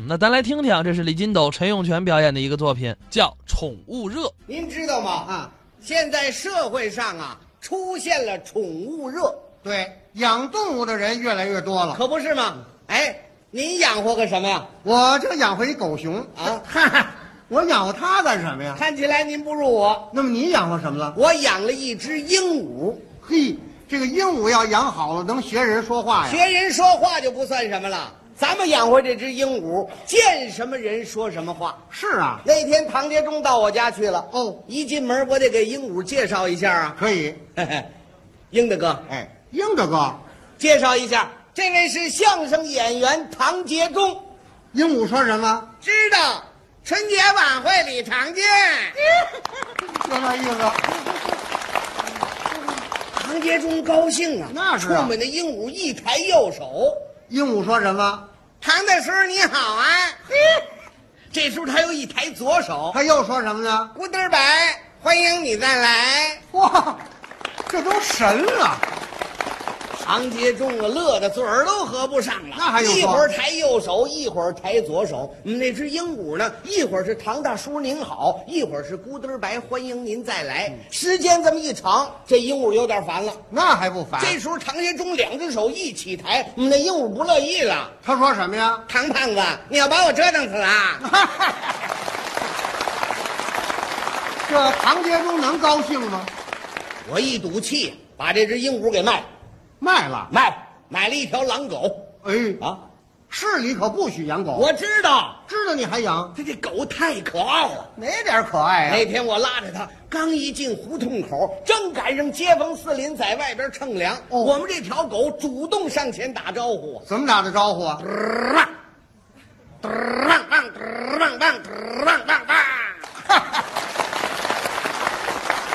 嗯那咱来听啊听，这是李金斗、陈永泉表演的一个作品，叫《宠物热》。您知道吗？啊，现在社会上啊出现了宠物热，对，养动物的人越来越多了。可不是吗？嗯哎，您养活个什么呀？我这养活一狗熊啊 哈哈，我养活它干什么呀？看起来您不如我，那么你养活什么了？我养了一只鹦鹉，嘿，这个鹦鹉要养好了，能学人说话哎呀。学人说话就不算什么了。咱们养活这只鹦鹉，见什么人说什么话。是啊，那天唐杰忠到我家去了，哦，一进门我得给鹦鹉介绍一下啊， 可以。嘿嘿，英大哥，哎，英大哥，介绍一下，这位是相声演员唐杰忠。鹦鹉说什么？知道春节晚会里常见。就那意思。唐杰忠高兴啊，那是出啊门的鹦鹉一抬右手，鹦鹉说什么？唐大叔你好啊。这时候他又一抬左手，他又说什么呢？乌德白，欢迎你再来。哇，这都神了。唐杰忠啊，乐得嘴儿都合不上了。那还用说一会儿抬右手，一会儿抬左手。我们那只鹦鹉呢，一会儿是唐大叔您好，一会儿是咕嘚儿白欢迎您再来。时间这么一长，这鹦鹉有点烦了。那还不烦？这时候，唐杰忠两只手一起抬，我们那鹦鹉不乐意了他说什么呀：“？唐胖子，你要把我折腾死啊这唐杰忠能高兴吗？！”我一赌气，把这只鹦鹉给卖了，卖了。卖买了一条狼狗哎，啊！市里可不许养狗。我知道知道你还养，他这狗太可爱了。哪点可爱那天我拉着它，刚一进胡同口，正赶上街坊四邻在外边乘凉，哦我们这条狗主动上前打招呼，怎么打的招呼啊？汪汪汪汪汪汪汪。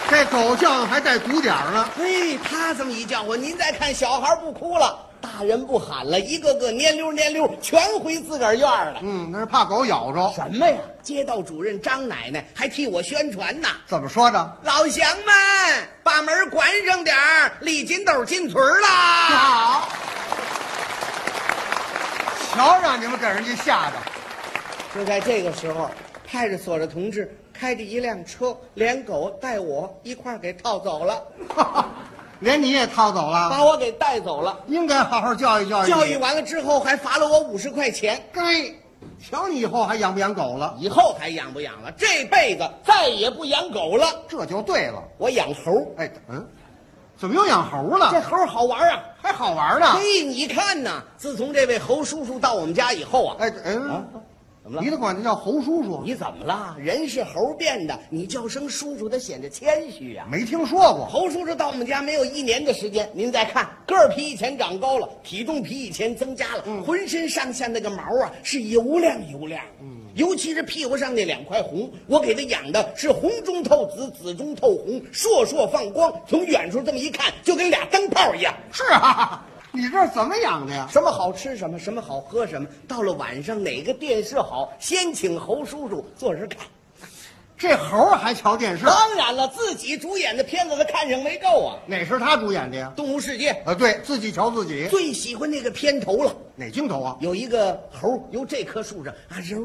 这狗叫还带鼓点儿呢。嘿，他这么一叫唤，您再看，小孩不哭了，大人不喊了，一个个蔫溜蔫溜，全回自个儿院儿了。嗯，那是怕狗咬着。什么呀？街道主任张奶奶还替我宣传呢。怎么说的？老乡们，把门关上点儿，李金斗进村儿啦！好，瞧让你们给人家吓的。就在这个时候，派出所的同志开着一辆车，连狗带我一块儿给套走 了， 连你也套走了，把我给带走了。应该好好教育教育你。教育完了之后，还罚了我五十块钱。该，瞧你以后还养不养狗了？以后还养不养了？这辈子再也不养狗了。这就对了。我养猴，哎，嗯，怎么又养猴这了？猴好玩啊！还好玩呢。嘿，你看呐，自从这位侯叔叔到我们家以后啊，哎，嗯，怎么了你得管他叫侯叔叔，你怎么了？人是猴变的，你叫声叔叔，他显得谦虚啊呀、没听说过。侯叔叔到我们家没有一年的时间，您再看，个儿比以前长高了，体重比以前增加了，嗯浑身上下那个毛啊是油亮油亮，尤其是屁股上那两块红，我给他养的是红中透紫，紫中透红，烁烁放光，从远处这么一看，就跟俩灯泡一样。是啊，你这是怎么养的呀？什么好吃什么，什么好喝什么，到了晚上哪个电视好，先请侯叔叔坐这儿看。这猴儿还瞧电视？ 当然了，自己主演的片子他看上没够啊，哪是他主演的呀？《动物世界》啊，对自己瞧自己，最喜欢那个片头了。哪镜头啊？有一个猴由这棵树上啊，揉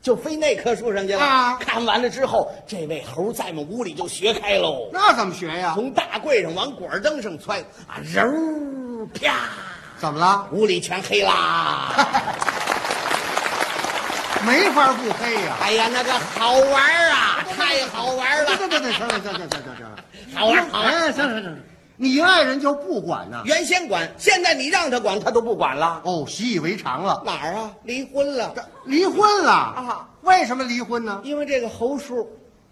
就飞那棵树上去了。啊看完了之后，这位猴在我们屋里就学开喽，那怎么学呀？从大柜上往管灯上窜啊，揉啪，怎么了？屋里全黑啦。没法不黑呀！哎呀，那个好玩儿啊，太好玩儿对了，对对，行行行行行行行，好玩儿好玩儿。哎，行行行，你爱人就不管呐？原先管，现在你让他管，他都不管了。哦，习以为常了，哪儿啊？离婚了，离婚了啊？为什么离婚呢？因为这个猴叔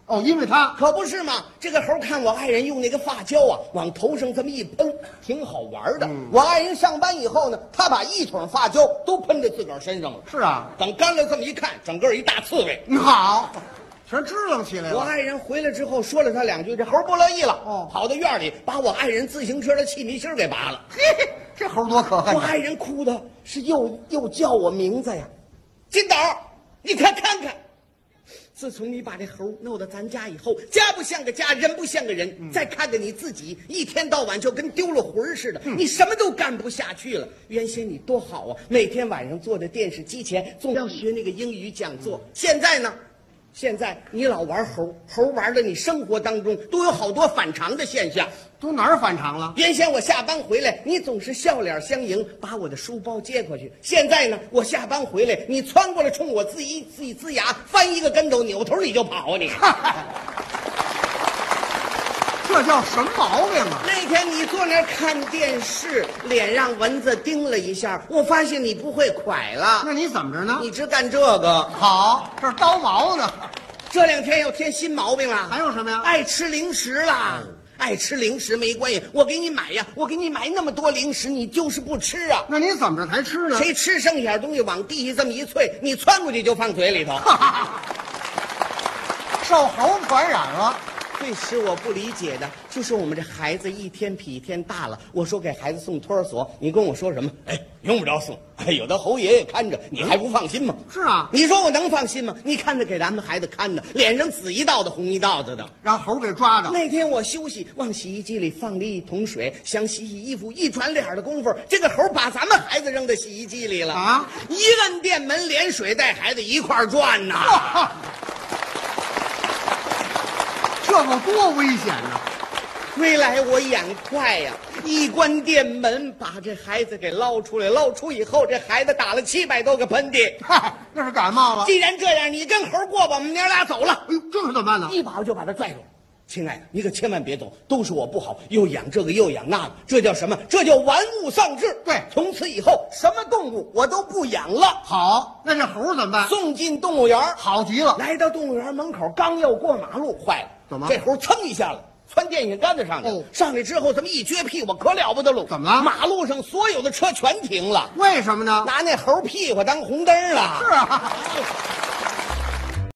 哦，因为他可不是嘛！这个猴看我爱人用那个发胶啊，往头上这么一喷，挺好玩的。我爱人上班以后呢，他把一桶发胶都喷在自个儿身上了。是啊，等干了这么一看，整个一大刺猬。你好，全支棱起来我了。爱人回来之后说了他两句，这猴不乐意了，哎哦跑到院里把我爱人自行车的气泥芯儿给拔了。嘿，嘿，这猴多可恨我呐！爱人哭的是又又叫我名字呀，金斗，你快看看，自从你把这猴弄到咱家以后，家不像个家，人不像个人。再看看你自己，一天到晚就跟丢了魂儿似的，你什么都干不下去了。原先你多好啊，每天晚上坐在电视机前，总要学那个英语讲座。现在呢？现在你老玩猴，猴玩的你生活当中都有好多反常的现象。都哪儿反常了？原先我下班回来，你总是笑脸相迎，把我的书包接过去。现在呢，我下班回来，你窜过来冲我自己自己呲牙，翻一个跟头，扭头你就跑啊你！这叫什么毛病啊？那天你坐那儿看电视，脸让蚊子叮了一下，我发现你不会蒯了，那你怎么着呢？你只干这个。好，这是刀毛呢。这两天又添新毛病了，还有什么呀嗯爱吃零食啦。爱吃零食没关系，我给你买呀，我给你买那么多零食，你就是不吃啊。那你怎么着才吃呢？谁吃剩下的东西往地下这么一啐，你窜过去就放嘴里头。受猴传染了？最使我不理解的就是我们这孩子一天比一天大了。我说给孩子送托儿所，你跟我说什么？哎，用不着送，哎，有的侯爷爷看着，你还不放心吗？是啊，你说我能放心吗？你看着给咱们孩子看的，脸上紫一道的红一道子的。让猴给抓着。那天我休息，往洗衣机里放了一桶水，想洗洗衣服，一转脸的功夫，这个猴把咱们孩子扔到洗衣机里了啊！一摁电门，连水带孩子一块儿转呐、这可多危险呐、归来我眼快呀、一关店门把这孩子给捞出来，捞出以后，这孩子打了七百多个喷嚏。嗨，那是感冒了。既然这样，你跟猴过吧，我们娘俩走了。哎呦，这可怎么办呢？一把就把他拽住。亲爱的，你可千万别走，都是我不好，又养这个又养那个，这叫什么？这叫玩物丧志。对从此以后，什么动物我都不养了，好，那这猴怎么办？送进动物园儿。好极了。来到动物园门口，刚要过马路，坏了，怎么这猴噌一下了。窜电线杆子上去，哦上去之后，这么一撅屁股，可了不得了。怎么了马路上所有的车全停了，为什么呢？拿那猴屁股当红灯了。是啊，